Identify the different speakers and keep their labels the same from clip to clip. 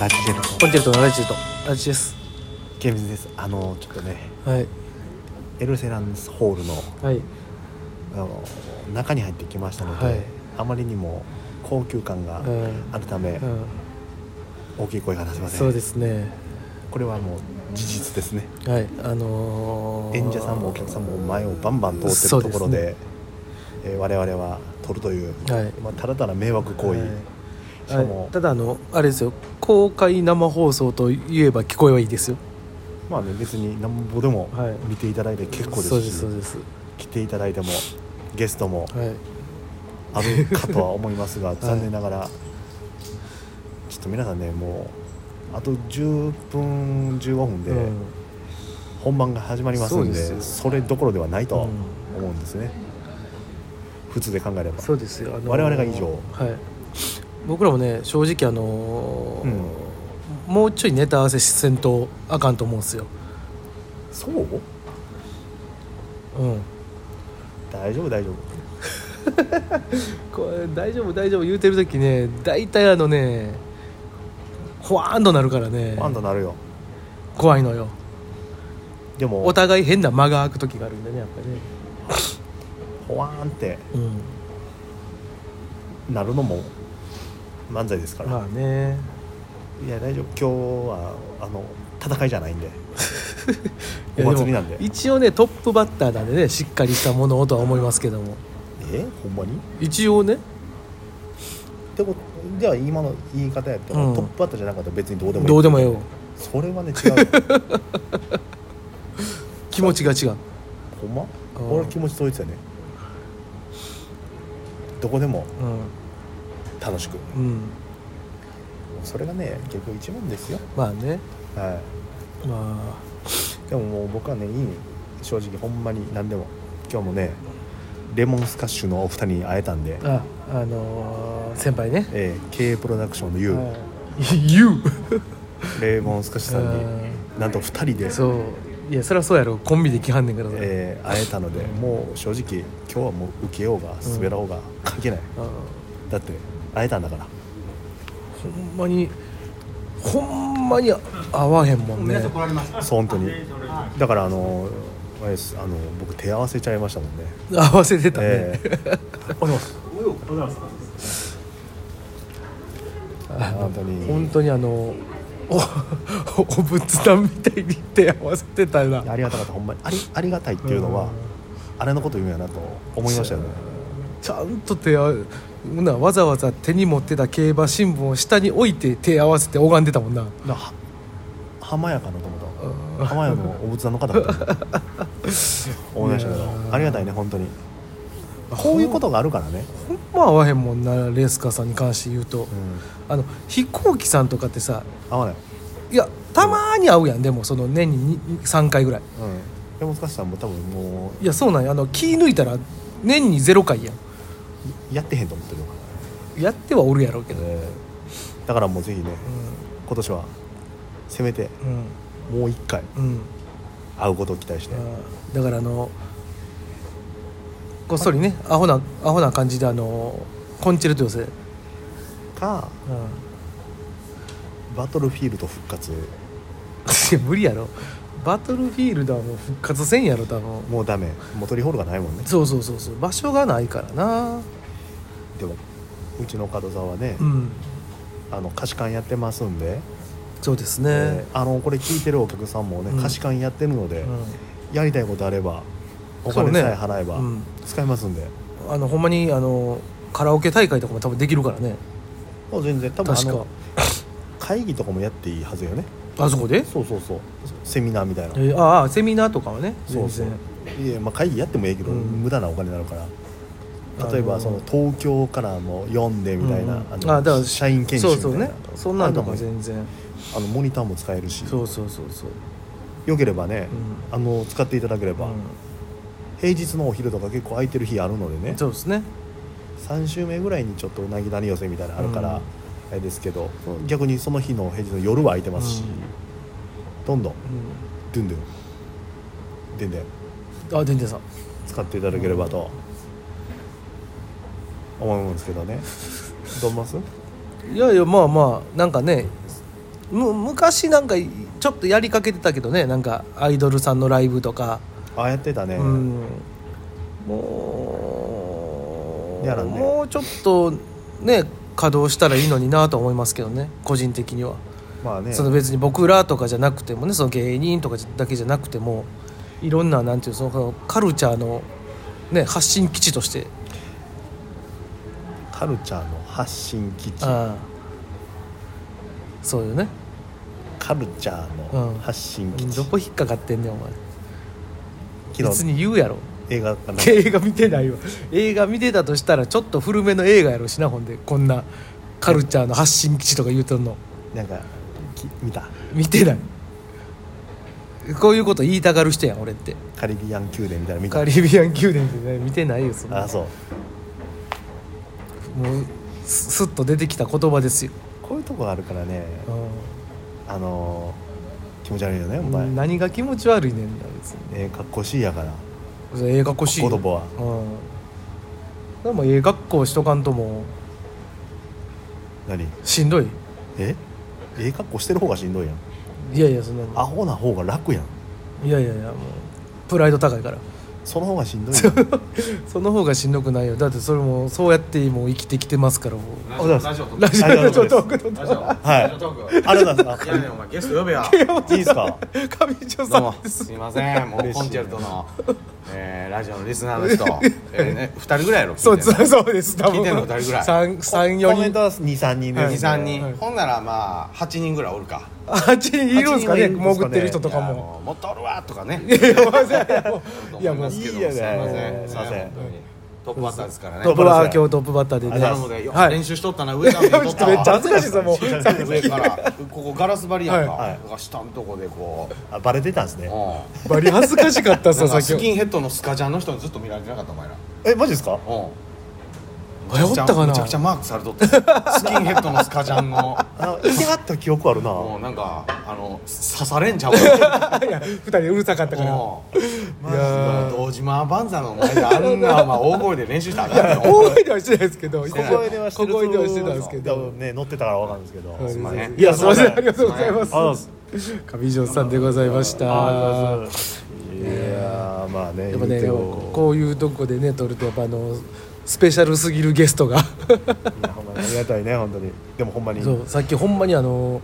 Speaker 1: ラジェルト
Speaker 2: コンチェルトのラジェルトラジです
Speaker 1: 厳密ですあのちょっとね
Speaker 2: はい
Speaker 1: エルセランスホールの
Speaker 2: はい
Speaker 1: あの中に入ってきましたので、
Speaker 2: はい
Speaker 1: あまりにも高級感が
Speaker 2: うん
Speaker 1: あるため、
Speaker 2: うん
Speaker 1: 大きい声が出せません
Speaker 2: そうですね
Speaker 1: これはもう事実ですね
Speaker 2: はいあのー、
Speaker 1: 演者さんもお客さんも前をバンバン通ってる
Speaker 2: そう
Speaker 1: と
Speaker 2: ですね
Speaker 1: ころでえー我々は撮るという、
Speaker 2: はい
Speaker 1: まあ、ただただ迷惑行為、
Speaker 2: はい
Speaker 1: しかも
Speaker 2: はいただあのあれですよ公開生放送といえば聞こえはいいですよ
Speaker 1: まあね別になんぼでも
Speaker 2: はい
Speaker 1: 見ていただいて結構ですし、
Speaker 2: そうですそうです
Speaker 1: 来ていただいてもゲストも
Speaker 2: はい
Speaker 1: あるかとは思い ますが残念ながら、
Speaker 2: は
Speaker 1: ちょっと皆さんねもうあと10分15分で
Speaker 2: うん
Speaker 1: 本番が始まりますんで,、
Speaker 2: そうです
Speaker 1: そ
Speaker 2: よ
Speaker 1: れどころではないと思うんですね、普通で考えれば
Speaker 2: そうですよ、あのー
Speaker 1: 我々が以上
Speaker 2: はい僕らもね正直あのー
Speaker 1: うん
Speaker 2: もうちょいネタ合わせせんとあかんと思うんですよ
Speaker 1: そう
Speaker 2: うん
Speaker 1: 大丈夫大丈夫
Speaker 2: これ大丈夫大丈夫言うてる時ね大体あのねほわーんとなるからね
Speaker 1: ファンとなるよ
Speaker 2: 怖いのよ
Speaker 1: でも
Speaker 2: お互い変な間が空く時があるんでねやっぱりね
Speaker 1: ほわーんって
Speaker 2: うん
Speaker 1: なるのも漫才ですから、
Speaker 2: まあね
Speaker 1: いや大丈夫今日はあの戦いじゃ ないんで
Speaker 2: いや
Speaker 1: お祭りなんで
Speaker 2: も一応ねトップバッターなんでねしっかりしたものをとは思いますけども
Speaker 1: えほんまに
Speaker 2: 一応ね
Speaker 1: ってことじゃあ今の言い方やったら、
Speaker 2: うん
Speaker 1: トップバッターじゃなかったら別にどうでもいい
Speaker 2: どうでもよ
Speaker 1: それはね違う よ
Speaker 2: 気持ちが違う
Speaker 1: ほんま
Speaker 2: うん
Speaker 1: 俺気持ち統一やねどこでも楽しく
Speaker 2: うん、うん、
Speaker 1: それがね結局一番ですよ
Speaker 2: まあね
Speaker 1: は
Speaker 2: ま
Speaker 1: いでももう僕はねいい正直ほんまに何でも今日もねレモンスカッシュのお二人に会えたんで、
Speaker 2: あああのー先輩ね
Speaker 1: えー、K プロダクションの YOU、
Speaker 2: はい YOU
Speaker 1: レモンスカッシュさんに
Speaker 2: う
Speaker 1: なんと二人で
Speaker 2: そういやそりゃそうやろコンビで来はんねんからさ、
Speaker 1: えー会えたのでもう正直今日はもう受けようが滑ろうが関係ない、
Speaker 2: あ
Speaker 1: だって会えたんだから
Speaker 2: ほんまにほんまに合わへんもんね
Speaker 1: そう本当にだからあのあれですあの僕手合わせちゃいましたもんね
Speaker 2: 合わせてたね、
Speaker 1: ええおはようございます本当に
Speaker 2: 本当にあのお お仏壇みたいに手合わせてたよな
Speaker 1: ありがたかったほんまにありありがたいっていうのはあれのこと言うんやなと思いましたよね
Speaker 2: ちゃんと手合わほんならわざわざ手に持ってた競馬新聞を下に置いて手合わせて拝んでたもんな
Speaker 1: なは浜屋かなと思った浜屋のお仏壇の方かと思った思いましたけどありがたいね本当にこういうことがあるからね、
Speaker 2: ほんま合わへんもんなレースカーさんに関して言うと、
Speaker 1: うん、
Speaker 2: あの飛行機さんとかってさ
Speaker 1: 合わない、
Speaker 2: いやたまに会うやんでもその年に3回ぐらい
Speaker 1: うん、でも塚地さんも多分も
Speaker 2: いやそうなんやあの気抜いたら年に0回やん
Speaker 1: うやってへんと思ってるのかな
Speaker 2: やってはおるやろうけど、
Speaker 1: えーだからもうぜひね、今年はせめて
Speaker 2: うん
Speaker 1: もう一回
Speaker 2: うん
Speaker 1: 会うことを期待して、
Speaker 2: うんだからあのこっそりねアホなアホな感じであのコンチェルト寄 せ、うん、
Speaker 1: かバトルフィールド復活
Speaker 2: いや無理やろバトルフィールドはもう復活せんやろ多分
Speaker 1: もうダメもう取りホールがないもんね
Speaker 2: そうそうそうそう場所がないからな
Speaker 1: でもうちの門沢ね、
Speaker 2: うん
Speaker 1: あの貸し館やってますんで、
Speaker 2: そうです
Speaker 1: え
Speaker 2: ね、
Speaker 1: ーあのこれ聞いてるお客さんもね、
Speaker 2: うん
Speaker 1: 貸し館やってるので、
Speaker 2: うん
Speaker 1: やりたいことあればお
Speaker 2: そう
Speaker 1: 金
Speaker 2: ね
Speaker 1: さえ払えば
Speaker 2: うん
Speaker 1: 使えますんで、
Speaker 2: あのほんまにあのカラオケ大会とかも多分できるからね
Speaker 1: もう全然多分あ
Speaker 2: 確か
Speaker 1: の会議とかもやっていいはずよね
Speaker 2: あそこで、
Speaker 1: そうそうそうセミナーみたいな
Speaker 2: えーああセミナーとかはね
Speaker 1: そうそういやまあ会議やってもいいけど、
Speaker 2: うん
Speaker 1: 無駄なお金になるから例え
Speaker 2: あの
Speaker 1: ば
Speaker 2: ー
Speaker 1: その東京からも読んでみたいな、
Speaker 2: うんうん
Speaker 1: の
Speaker 2: あだから
Speaker 1: 社員研修みたいな
Speaker 2: そうそうねそんなんとか
Speaker 1: あれも
Speaker 2: 全然
Speaker 1: あのモニターも使えるし
Speaker 2: そうそうそうそう
Speaker 1: よければね、
Speaker 2: う
Speaker 1: あの使っていただければ、平日のお昼とか結構空いてる日あるのでね
Speaker 2: そうですね
Speaker 1: 3週目ぐらいにちょっとうなぎ谷寄せみたいなのあるから、
Speaker 2: うん
Speaker 1: あれですけど逆にその日の平日の夜は空いてますし、
Speaker 2: うん
Speaker 1: どんどんドゥンドゥンでんでん
Speaker 2: うんあ全然さん
Speaker 1: 使っていただければと思うんですけどねどう思います
Speaker 2: いやいやまあまあなんかねむ昔なんかちょっとやりかけてたけどねなんかアイドルさんのライブとか、
Speaker 1: ああやってたね、
Speaker 2: うんもう
Speaker 1: やらんね
Speaker 2: もうちょっとね稼働したらいいのになと思いますけどね個人的には、
Speaker 1: まあね
Speaker 2: その別に僕らとかじゃなくてもねその芸人とかだけじゃなくてもいろんななんていうそのそのカルチャーの、ね、発信基地として
Speaker 1: カルチャーの発信基地
Speaker 2: ああそうよね
Speaker 1: カルチャー
Speaker 2: うん
Speaker 1: の発信基地、
Speaker 2: どこ引っかかってんねんお前
Speaker 1: 昨
Speaker 2: 別
Speaker 1: 日
Speaker 2: に言うやろ
Speaker 1: 映画かな
Speaker 2: 映画見てないわ映画見てたとしたらちょっと古めの映画やろしなほんでこんなカルチャーの発信基地とか言うとんの
Speaker 1: なんかき見た
Speaker 2: 見てないこういうこと言いたがる人やん俺って
Speaker 1: カリビアン宮殿みたいなの見た
Speaker 2: カリビアン宮殿って、ね、見てないよそんな
Speaker 1: あそう
Speaker 2: もうすすっと出てきた言葉ですよ、
Speaker 1: こういうとこがあるからね
Speaker 2: う
Speaker 1: あのー気持ち悪いよねお
Speaker 2: ん
Speaker 1: 前、
Speaker 2: 何が気持ち悪いねんな別に
Speaker 1: ええかっこしいやから
Speaker 2: それええ格好しいよ
Speaker 1: 子供は
Speaker 2: うんでもええ格好しとかんとも
Speaker 1: 何
Speaker 2: うしんどい
Speaker 1: えええ格好してる方がしんどいやん
Speaker 2: いやいやそんな
Speaker 1: アホな方が楽やん
Speaker 2: いやいやいやもうプライド高いから
Speaker 1: その方がしんどいやん
Speaker 2: その方がしんどくないよだってそれもそうやってもう生きてきてますからもう
Speaker 1: おはようござい
Speaker 3: ラ
Speaker 1: ます
Speaker 3: ジオ撮っ
Speaker 2: ラ
Speaker 3: てラジ
Speaker 2: ジオ
Speaker 1: ありがと
Speaker 2: の
Speaker 1: うござい
Speaker 2: ト
Speaker 1: ま
Speaker 2: ークの
Speaker 3: オラジオトーク
Speaker 1: ありがとうございます
Speaker 3: いやねお前ゲスト 呼べや
Speaker 1: あいいですか
Speaker 2: 上条
Speaker 3: どう
Speaker 2: さ
Speaker 3: も
Speaker 2: んです
Speaker 3: すいませんもう
Speaker 1: 嬉しい
Speaker 3: コンチェル トの、えー、ラジオのリスナーの人、えーね、2人ぐらいやろ
Speaker 2: そ
Speaker 3: 聞いうてんの
Speaker 2: そうそうです多
Speaker 3: 聞いてんの誰ぐらい
Speaker 1: コメ
Speaker 2: 334
Speaker 1: ント
Speaker 2: 人
Speaker 1: は23人です、
Speaker 2: はい
Speaker 3: 23人、
Speaker 2: はい
Speaker 3: ほんならまあ8人ぐらいおるか
Speaker 2: 8人いるんですか
Speaker 1: 八人いる
Speaker 2: ね
Speaker 1: んですかね
Speaker 2: 潜ってる人とか
Speaker 3: いや
Speaker 2: も
Speaker 3: もうもっとおるわとかね
Speaker 2: いやまずいやもうい やもう
Speaker 3: すけど
Speaker 1: いいよね
Speaker 3: すいません
Speaker 1: すいません
Speaker 3: 本当にトップバッターですからね
Speaker 1: ト
Speaker 2: ト
Speaker 1: ップ
Speaker 2: ップ
Speaker 1: バッター
Speaker 2: バー今日トップバッターで
Speaker 1: ありが
Speaker 3: な
Speaker 1: とうご
Speaker 3: るほどよ、
Speaker 2: はい
Speaker 3: 練習しとったな上から
Speaker 2: めっちゃ恥ずかしいですもう
Speaker 3: 上からここガラス張りやんか、
Speaker 1: はいはい
Speaker 3: だから下のとこでこう、
Speaker 1: あバレてたんですね
Speaker 3: う
Speaker 2: バリ恥ずかしかったっ
Speaker 3: ん、
Speaker 2: す
Speaker 3: な
Speaker 2: よ
Speaker 3: んか
Speaker 2: さっ
Speaker 3: ス
Speaker 2: き
Speaker 3: キンヘッドのスカジャンの人にずっと見られてなかったお前ら
Speaker 1: えマジですか
Speaker 3: うん
Speaker 2: 迷ったかな
Speaker 3: めちゃくちゃマークされとったスキンヘッドのスカジャンの
Speaker 1: あのいてがった記憶あるな
Speaker 3: もうなんかあの刺されんちゃうか
Speaker 2: いや2人うるさかったから
Speaker 3: もう堂島万座の前であんなまあ大声で練習したらあかんよ
Speaker 2: 大声ではしてないですけど小
Speaker 3: 小声
Speaker 1: ではして
Speaker 2: 小
Speaker 1: る
Speaker 2: 声ではしてたんですけ
Speaker 1: 多
Speaker 2: ど
Speaker 1: 分ね乗ってたからわかるんですけど、
Speaker 2: はい
Speaker 3: すいません
Speaker 2: いやすいませんありがとうござい
Speaker 3: すいません
Speaker 2: ます
Speaker 1: あ
Speaker 2: 上条さんでございました
Speaker 1: あい
Speaker 2: や
Speaker 1: やーまあね
Speaker 2: っぱね
Speaker 1: 言うても
Speaker 2: こういうとこでね撮るとやっぱあのスペシャルすぎるゲストが
Speaker 1: いやほんまにありがたいね本当にでもほんまに
Speaker 2: そうさっきほんまにあの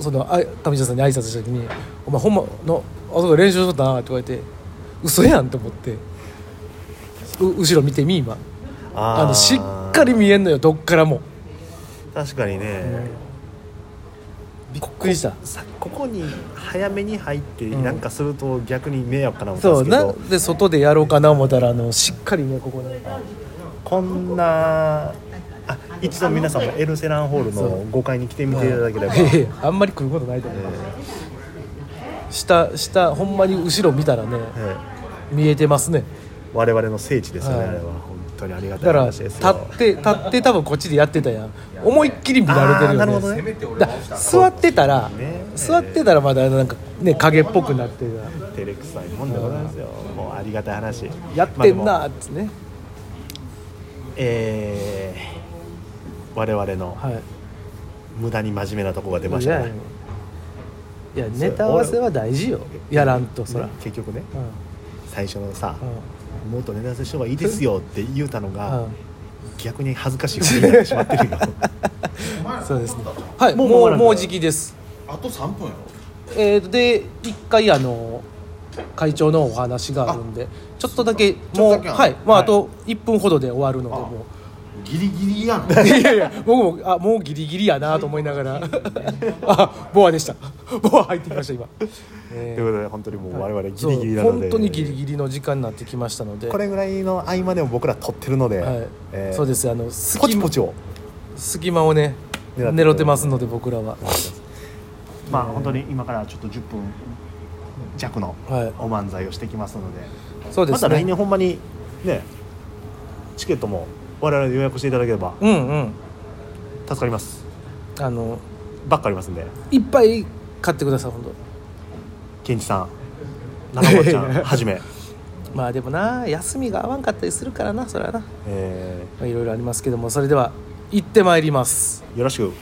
Speaker 2: そのあ上条さんに挨拶した時に「お前ほんまのあそこ練習しとったな」って言われて「嘘やん」と思ってう後ろ見てみ今あのしっかり見えんのよどっからも
Speaker 1: 確かにね
Speaker 2: びっくりした
Speaker 1: さここに早めに入って
Speaker 2: ん
Speaker 1: なんかすると逆に迷惑かな思ったんで
Speaker 2: そう
Speaker 1: すけど、
Speaker 2: なんで外でやろうかな思ったらあのしっかりねここね
Speaker 1: こんなあ一度皆さんもエルセランホールの5階に来てみていただければ、
Speaker 2: いやいやあんまり来ることないと思う、下下ほんまに後ろ見たらね、
Speaker 1: え
Speaker 2: 見えてますね
Speaker 1: え我々の聖地ですよね、
Speaker 2: はい
Speaker 1: あれは本当にありがたい
Speaker 2: だから
Speaker 1: 話
Speaker 2: 立
Speaker 1: ですよ
Speaker 2: って立って多分こっちでやってたやん思いっきり見られてるよね
Speaker 1: あーなるほどね
Speaker 3: せめて俺
Speaker 2: だ
Speaker 3: もした
Speaker 2: 座ってたら、
Speaker 1: ね
Speaker 2: 座ってたらまだなんかね影っぽくなってるな
Speaker 1: 照れくさいもんでございますよもうありがたい話
Speaker 2: やってん
Speaker 1: まあで
Speaker 2: な
Speaker 1: も
Speaker 2: ーっつね、
Speaker 1: えー我々の
Speaker 2: はい
Speaker 1: 無駄に真面目なとこが出ま
Speaker 2: い
Speaker 1: した
Speaker 2: や
Speaker 1: ね
Speaker 2: いやネタ合わせは大事よやらんとそら、
Speaker 1: ね結局ね
Speaker 2: うん
Speaker 1: 最初のさ、
Speaker 2: うん
Speaker 1: もっと値段せした方がいいですよって言うたのが、
Speaker 2: うん
Speaker 1: 逆に恥ずかしいふりになってしまってるよ
Speaker 2: そうですね。はい、
Speaker 1: も
Speaker 2: も
Speaker 1: うも
Speaker 2: う
Speaker 1: う
Speaker 2: もう
Speaker 1: もう
Speaker 2: 時期です。
Speaker 3: あと3分やろ
Speaker 2: えー、で一回あの会長のお話があるんで、ちょっとだけ
Speaker 3: ちょっと
Speaker 2: もう
Speaker 3: だけあんの
Speaker 2: はい、まあ
Speaker 1: はい
Speaker 2: あと一分ほどで終わるのでも
Speaker 3: ギリギリやん
Speaker 2: う。 いやいや、僕もあもうギリギリやなと思いながら、あボアでした。ボア入ってきました今。
Speaker 1: とい
Speaker 2: え
Speaker 1: う
Speaker 2: ー
Speaker 1: ことで本当にもう我々ギリギリな
Speaker 2: そう
Speaker 1: ので
Speaker 2: 本当にギリギリの時間になってきましたので、
Speaker 1: これぐらいの合間でも僕ら撮ってるので、
Speaker 2: はい、
Speaker 1: えー
Speaker 2: そうですあの隙
Speaker 1: ポチポチを
Speaker 2: 隙間をね
Speaker 1: 狙って
Speaker 2: 狙ってますので僕らは。
Speaker 1: まあ本当に今からちょっと10分弱の
Speaker 2: はい
Speaker 1: お漫才をしてきますので、
Speaker 2: そうで
Speaker 1: ますた来年
Speaker 2: ね。
Speaker 1: ほんまにねチケットも我々で予約していただければ
Speaker 2: うんうん。
Speaker 1: 助かります
Speaker 2: あの
Speaker 1: ばっかありますんで
Speaker 2: いっぱい買ってください本当。
Speaker 1: ケンチさん中本ちゃ んはじめ、
Speaker 2: まあでもな休みが合わんかったりするからなそれはなま
Speaker 1: え
Speaker 2: あいろいろありますけどもそれでは行ってまいります
Speaker 1: ーよろしく